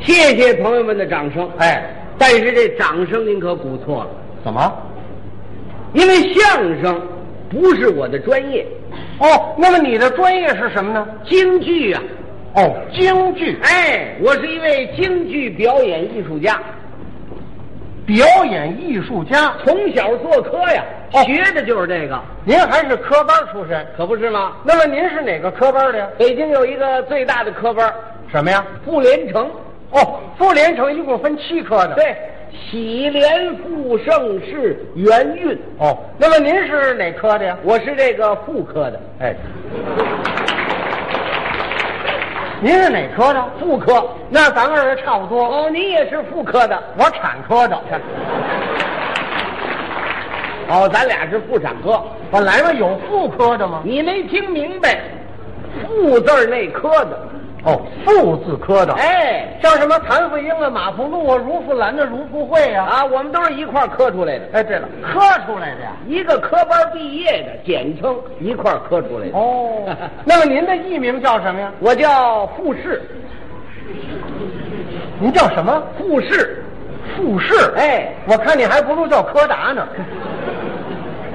谢谢朋友们的掌声。哎，但是这掌声您可鼓错了，怎么？因为相声不是我的专业，哦，那么你的专业是什么呢？京剧啊，哦，京剧，哎，我是一位京剧表演艺术家，表演艺术家。从小做科呀，哦学的就是这个，您还是科班出身，可不是吗？那么您是哪个科班的呀？北京有一个最大的科班儿，什么呀？傅连城，哦，傅连城一共分七科呢。，对，喜连傅盛世元韵，哦，那么您是哪科的呀？我是这个妇科的，哎，您是哪科的？妇科。那咱二位差不多。哦，你也是妇科的。我产科的， 哦，咱俩是妇产科。本来嘛有妇科的吗？你没听明白，妇字儿那科的，哦，妇字科的哎，哎，像什么谭富英啊、马福禄啊、茹富兰的、茹富慧啊，啊，我们都是一块儿科出来的，哎，对了，科出来的呀。一个科班毕业的，简称一块儿科出来的。 哦那么您的艺名叫什么呀？我叫傅氏，您叫什么？傅氏，傅氏哎，哎，我看你还不如叫柯达 呢。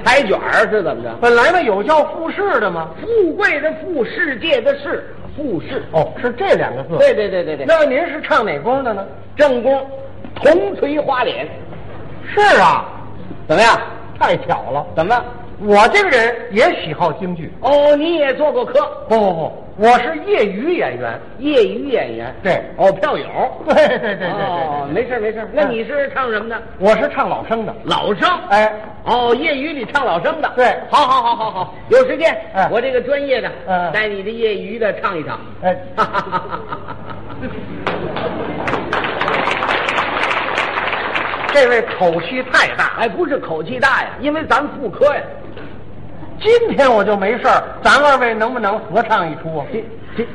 彩卷儿是怎么着？本来嘛有叫傅氏的吗？富贵的富，世界的世，傅氏。哦，是这两个字对对对对对，那么您是唱哪宫的呢？嗯正宫，铜锤花脸，是啊，怎么样？太巧了。怎么？我这个人也喜好京剧。哦，你也做过科，不不不，我是业余演员。业余演员。对哦，票友。对对对对对嗯哦，对，没事儿没事儿。那你是唱什么的？我是唱老生的。老生。哎，哦，业余里唱老生的。对好好好好好，有时间，哎我这个专业的，嗯带你的业余的唱一唱。 哎，哈哈哈哈这位口气太大。哎，不是口气大呀，因为咱妇科呀。今天我就没事儿，咱二位能不能合唱一出啊？今今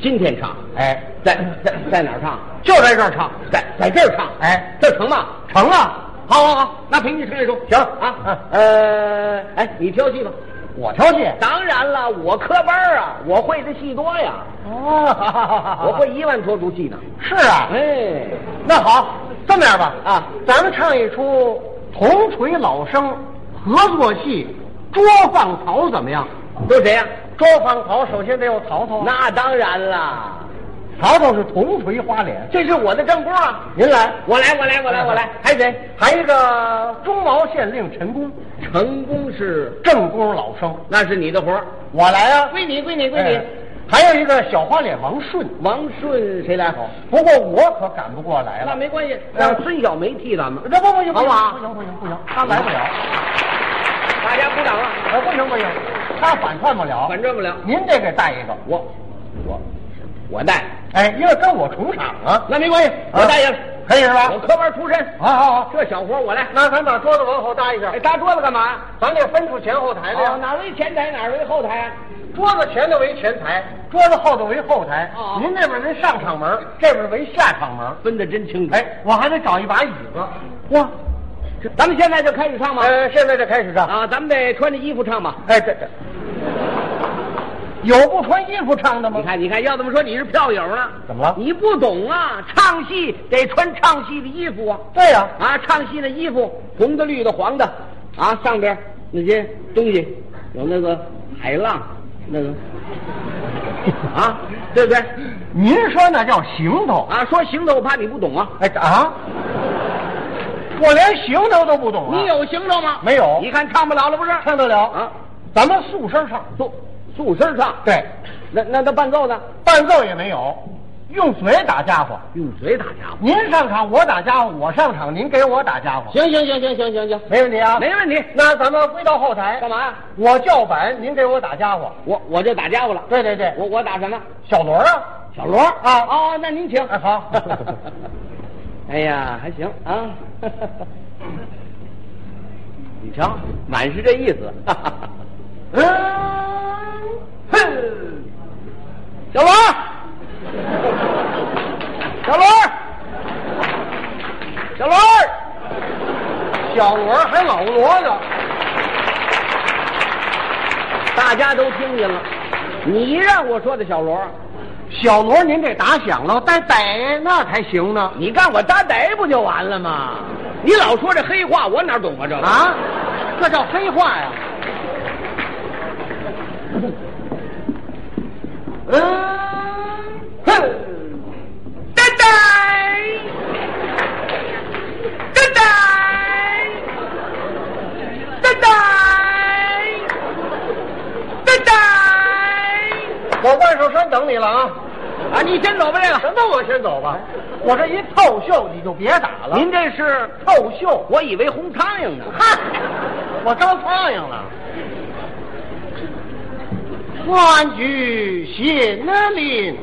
今天唱，哎，在在在哪儿唱？就在这儿唱。在在这儿唱。哎这成吗？成啊，好好好，那凭你唱一首。行啊嗯，呃，哎，你挑戏吧。我挑戏。当然了，我科班儿啊，我会的戏多呀，哦 我会一万多出戏呢。是啊。哎，那好，这么样吧，啊咱们唱一出铜锤老生合作戏《捉放曹》怎么样？都谁呀、捉放曹首先得有曹操啊，那当然啦，曹操是铜锤花脸。这是我的正锅啊！您来，我来，我来，我来，我来。还有谁？还有一个中毛县令陈宫，成功是正宫老生，那是你的活儿，我来啊，归你，归你，归你。哎还有一个小花脸王顺，王顺谁来好？不过我可赶不过来那了。没关系，那让孙小梅替咱们。这不不行，好不好不行不行不行，他来不了，大家鼓掌啊！呃不行不行，他反串不了。反正不了，您得给带一个，我我我带，哎，因为跟我同场啊，那没关系，我带下来。可以是吧我？科班出身，好好好，这小活儿我来。那咱把桌子往后搭一下哎，，搭桌子干嘛呀？咱得分出前后台来哦，呀。哪儿为前台，哪儿为后台啊？桌子前头为前台，桌子后头为后台。哦哦您那边为上场门，这边为下场门。分得真清楚。哎，我还得找一把椅子。哇，这咱们现在就开始唱吧。呃，现在就开始唱。啊，咱们得穿着衣服唱吧。哎，这这，有不穿衣服唱的吗你？看，你看，要这么说你是票友呢？怎么了你不懂啊，唱戏得穿唱戏的衣服啊！对呀、啊，唱戏的衣服，红的、绿的、黄的，啊，上边那些东西有那个海浪，那个啊，对不对？您说那叫行头？啊，说行头，我怕你不懂啊。哎啊，我连行头都不懂啊。你有行头吗？没有你看唱不了了不是？唱得了啊？咱们素声唱，素素身唱。对，那那那伴奏呢？伴奏也没有，用嘴打家伙。用嘴打家伙。您上场我打家伙，我上场您给我打家伙，行行行行行行行，没问题啊。没问题。哎那咱们回到后台干嘛呀？我叫板，您给我打家伙。我我就打家伙了。对对对，我我打什么？小轮啊，小罗啊啊哦，那您请。哎 好哎呀，还行啊。你瞧，满是这意 思。嗯，哼，小罗，小罗，小罗，小轮还老罗呢，大家都听见了。你让我说的小罗，小罗，您给打响了，得逮那才行呢。你干我搭逮不就完了吗？你老说这黑话，我哪懂啊这个？啊，这叫黑话呀。嗯，哼，呆呆，呆呆，呆呆，呆呆。我万寿山等你了啊！啊，你先走吧，这什个。么？我先走吧。我这一透袖，你就别打了。您这是，透袖，我以为红苍蝇呢。哈，我招苍蝇了。欢聚新林，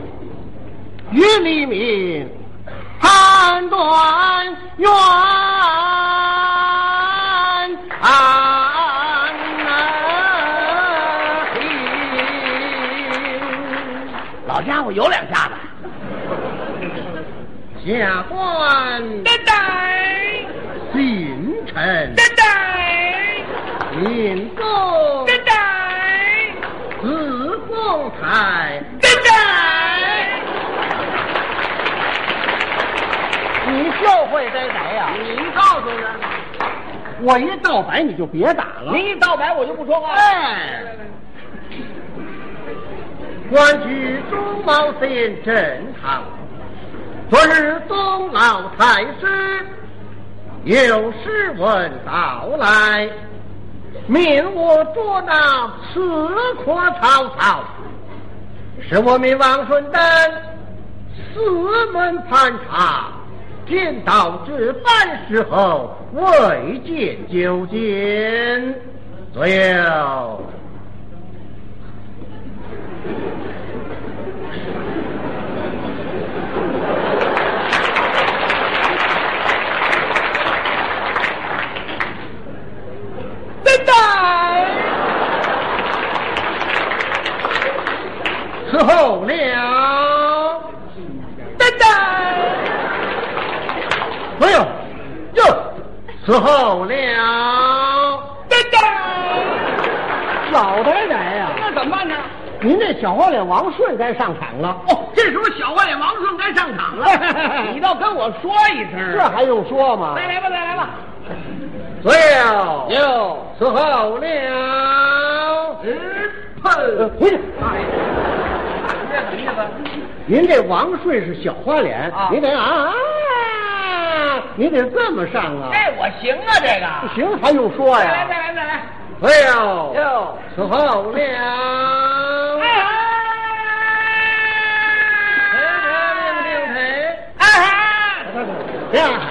雨里明，判断冤案平。老家伙有两下子。下官呆呆，新臣呆呆，引奏呆呆。子贡台。真的，你就会栽白呀、你告诉我，我一告白你就别打了。您一告白我就不说话了。哎，官居中茂县镇堂，昨日东老太师有诗文到来，命我捉拿此阔曹操，使我命王顺丹四门盘查。见到至半时候，未见究竟。左右，真的，伺候了。真的，左右，右，伺候了。真的，老太太呀、那怎么办呢？您这小花脸王顺该上场了。哦，这时候小外王顺该上场了， 你倒跟我说一声。这还用说吗？嗯再来吧，再来吧。左右，哟，伺候了。直呃喷。回去。这哎什么意思？您这王顺是小花脸，啊您得啊，您得这么上啊，这我行啊，这不个。行还用说再来，再呀？来，再来。哎呦，哟，伺候了，哎呀。哎呀这样喊，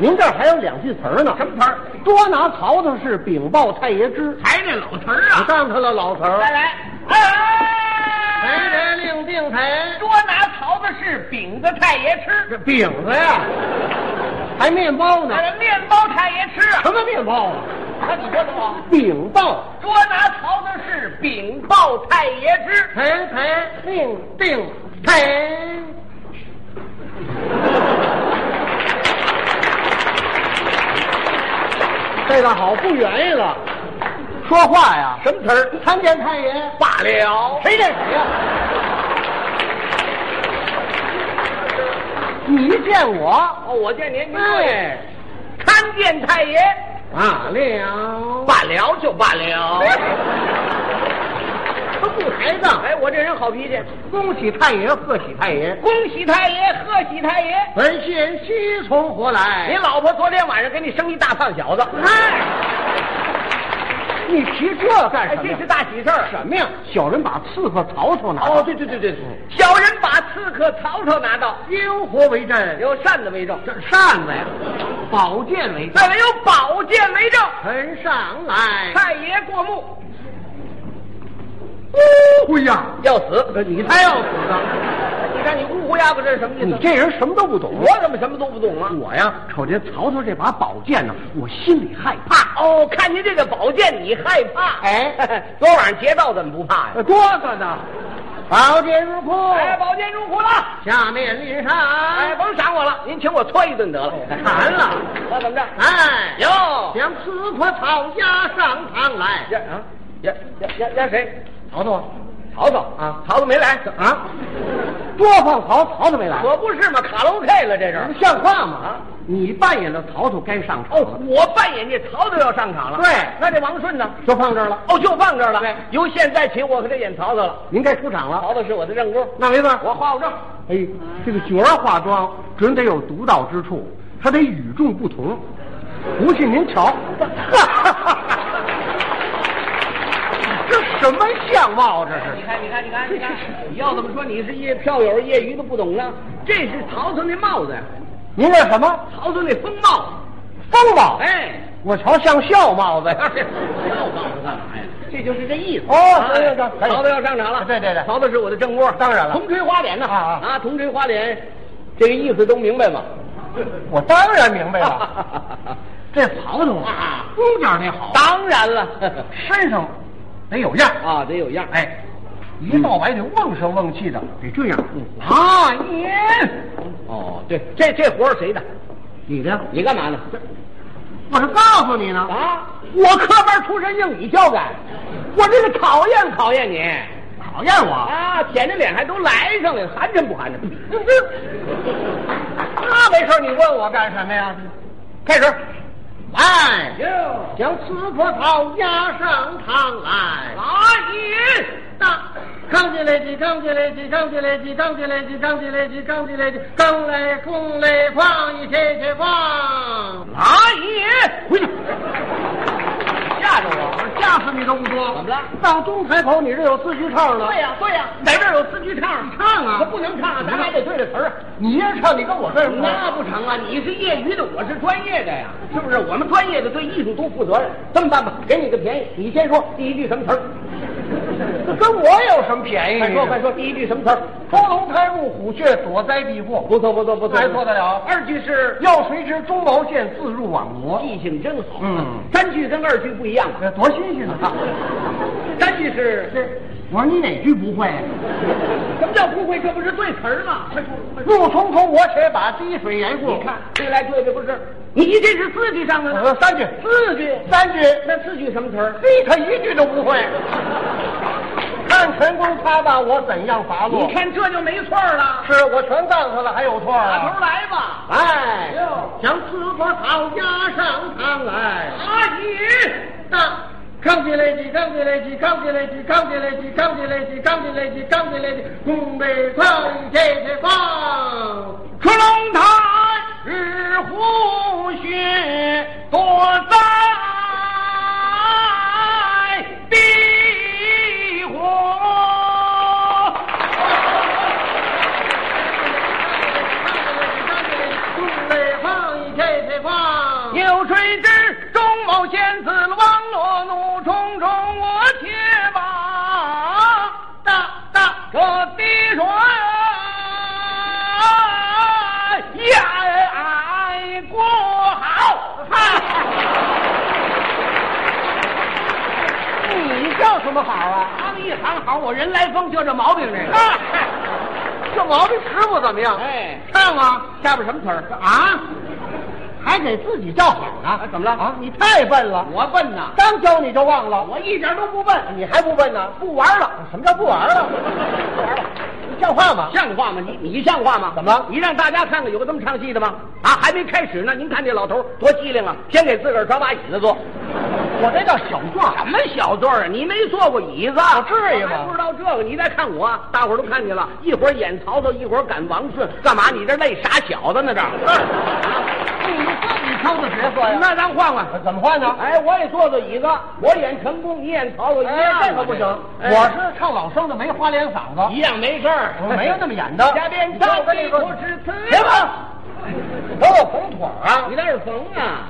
您这儿还有两句词儿呢。什么词儿？捉拿曹操是禀报太爷知，还这老词儿我啊！当他了老头儿。再来，哎，人令定谁？捉拿曹操是饼子太爷吃，这饼子呀，还面包呢？呃面包太爷吃啊！什么面包啊？啊，你说什么？禀报捉拿曹操是禀报太爷吃，抬抬令定抬。这个好，不愿意了。说话呀，什么词儿？参见太爷。罢了。谁这谁呀、你见我哦，我见您，您哎对，参见太爷。罢了，罢了就罢了 他不抬杠。哎，我这人好脾气。恭喜太爷，贺喜太爷！恭喜太爷，贺喜太爷。本县西从活来。你老婆昨天晚上给你生一大胖小子，哎，你提这干哎，什么这呀？是大喜事儿。什么呀？小人把刺客曹操拿到。嗯哦，对对对对，小人把刺客曹操拿到，烟火为证，有扇子为证，这扇子呀，宝剑为证。再来有宝剑为证。臣上来。太爷过目哎呀，要死，你才要死呢！你看你呜呼丫巴这是什么意你思？这人什么都不懂。我怎么什么都不懂啊？我呀，瞅见曹操这把宝剑呢，我心里害怕。哦，看您这个宝剑，你害怕？哎， 呃昨晚上劫道怎么不怕呀？多个呢，宝剑入库，哎，宝剑入库了，下面临上。哎，甭赏我了，您请我搓一顿得了。馋 了那怎么着？哎，哟，将刺客曹家上堂来。呀啊，呀呀呀呀谁？曹操，曹操啊曹操没来啊，多放曹，曹操没来，可不是嘛，卡拉 OK 了这不是。像话吗？啊，你扮演了曹操该上场哦了，，我扮演这曹操要上场了。对那这王顺呢？就放这儿了。哦，就放这儿了。对由现在起我可得演曹操了。您该出场了，曹操是我的正宫，那没错。我化过妆。哎，这个角儿化妆准得有独到之处，它得与众不同。不信您瞧， 这什么相貌？这是你看，你看，你看，你看，你要怎么说你是业票友、业余的不懂呢？这是曹操那帽子呀，您这什么曹操那风帽。风貌？，哎， 我瞧像笑帽子 呀。要帽子干嘛呀？这就是这意思。啊哎哦对对对可以曹操要上场了。对对对曹操是我的正窝，当然了铜锤花脸呢？啊啊啊，铜锤花脸，这个意思都明白吗？我当然明白了， 了。这曹操啊 公家那好，当然了，身上得有样。啊，得有样。哎，一到白得瓮声瓮气的，得这样。啊，爷，哦，对，嗯这这活是谁的？你的，你干嘛呢？我是告诉你呢。啊，我科班出身，硬你教改，我这是考验考验你讨厌 我？啊！舔着脸还都来上了，寒碜不寒碜？那没事，你问我干什么呀？开始，哎，将刺客老押上堂来，来也。大。扛起来的，扛起来的，扛起来的，扛起来的，扛起来的，扛起来的，扛来扛来放一切切放。来也，回去！吓着我！吓死你都不说。怎么了？到东台口，你这有四句唱了。对呀、对呀、哪边有四句唱？唱啊他不能唱啊，咱还得对着词儿啊。你要唱，你跟我这儿那不成啊！你是业余的，我是专业的呀，是不是？我们专业的对艺术都负责任。这么办吧，给你个便宜，你先说第一句什么词儿？跟我有什么便宜？快说快！说，第一句什么词儿？出龙开目，虎穴躲灾避祸，不错不错不错，还错得了二句是要谁知中毛线，自入网罗。记性真好。嗯三句跟二句不一样啊。这多新鲜啊！ 三句是我说你哪句不会？啊什么叫不会？这不是对词儿吗？快说快说路重重，我且把滴水沿过。你看，对来对的不是？你这是四句上的呢，呃，三句，四句。三句，那四句什么词儿？嘿，他一句都 不会。看陈宫他把我怎样罚落你？看这就没错儿了。是我全告诉他了，还有错打头啊？来吧。哎，将刺婆草押上堂来，阿姨，大扛起来的，扛起来的，扛起来的，扛起来的，扛起来的，扛起来的，扛起来的，扛来放一切切放。出龙潭日虎穴，多灾避祸。扛来放一切切放。有谁知中某仙子王罗怒冲冲，我且把大大这滴水爱过好。你叫什么好啊？他们一喊好，我人来疯，就这毛病这个。这毛病师傅怎么样？哎，唱啊下边什么词儿？啊！还给自己叫好呢？哎怎么了啊？你太笨了！我笨呐，刚教你就忘了，我一点都不笨。你还不笨呢？不玩了？什么叫不玩了？不玩 了，像话吗？像话吗？你你像话吗？怎么了你让大家看看有个这么唱戏的吗？啊，还没开始呢。您看这老头儿多机灵啊，先给自个儿找把椅子坐。我这叫小壮。什么小座儿啊？你没坐过椅子，我至于吗不知道这个，你再看我，大伙儿都看见了，一会儿演曹操，一会儿赶王顺，干嘛？你这累傻小子呢？这儿，哎你自己挑的角色呀？那咱换换。怎么换呢？哎，我也坐坐椅子，我演陈宫，你演曹操，一样、这可不行，哎我是唱老生的，没花脸嗓子，一样没事儿，我没有那么演的。下边我站跟的你说不是词行吧？等我红腿儿啊！你那是冯啊。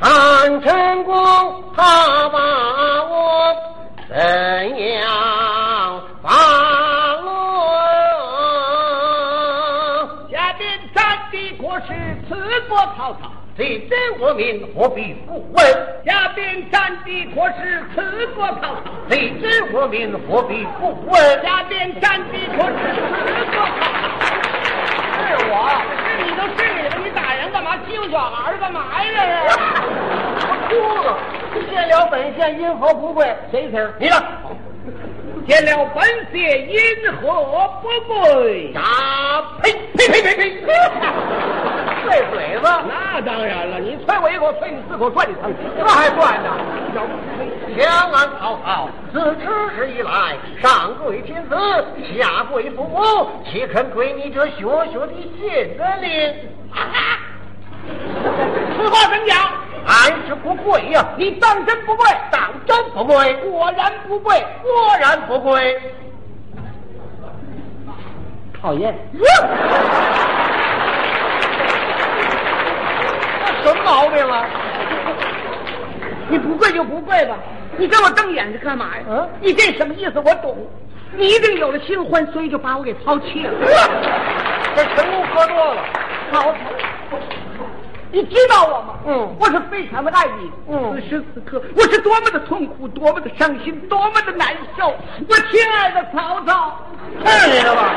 汉成公他把我怎样放落？下边站的国是此国曹操，谁知我民何必复问？下边站的国是此国曹操，谁知我民何必复问？下边站的国是此国曹操。是我，啊是你都是你了，你打人干嘛？欺负小孩儿干嘛呀？ 哭了。现了本县因何不跪？这是谁词儿？你的，见了本县因何不跪？啊！呸呸呸呸呸！ 碎嘴子，啊那当然了，你踹我一口，踹你四口，踹你三口。这还算呢？两岸曹操自知识以来，上跪天子，下跪父母，岂肯归你这学学的贱人哩？啊哈！ 此话怎讲？俺是不跪呀、你当真不跪？当真不跪，果然不跪。果然不跪。讨厌，什么毛病 啊？你不跪就不跪吧，你跟我瞪眼睛干嘛呀？嗯你这什么意思？我懂，你一定有了新欢，所以就把我给抛弃嗯了。这陈功喝多了，老头，你知道我吗？嗯我是非常的爱你。嗯此时此刻，我是多么的痛苦，多么的伤心，多么的难受。我亲爱的曹操，是你的吧？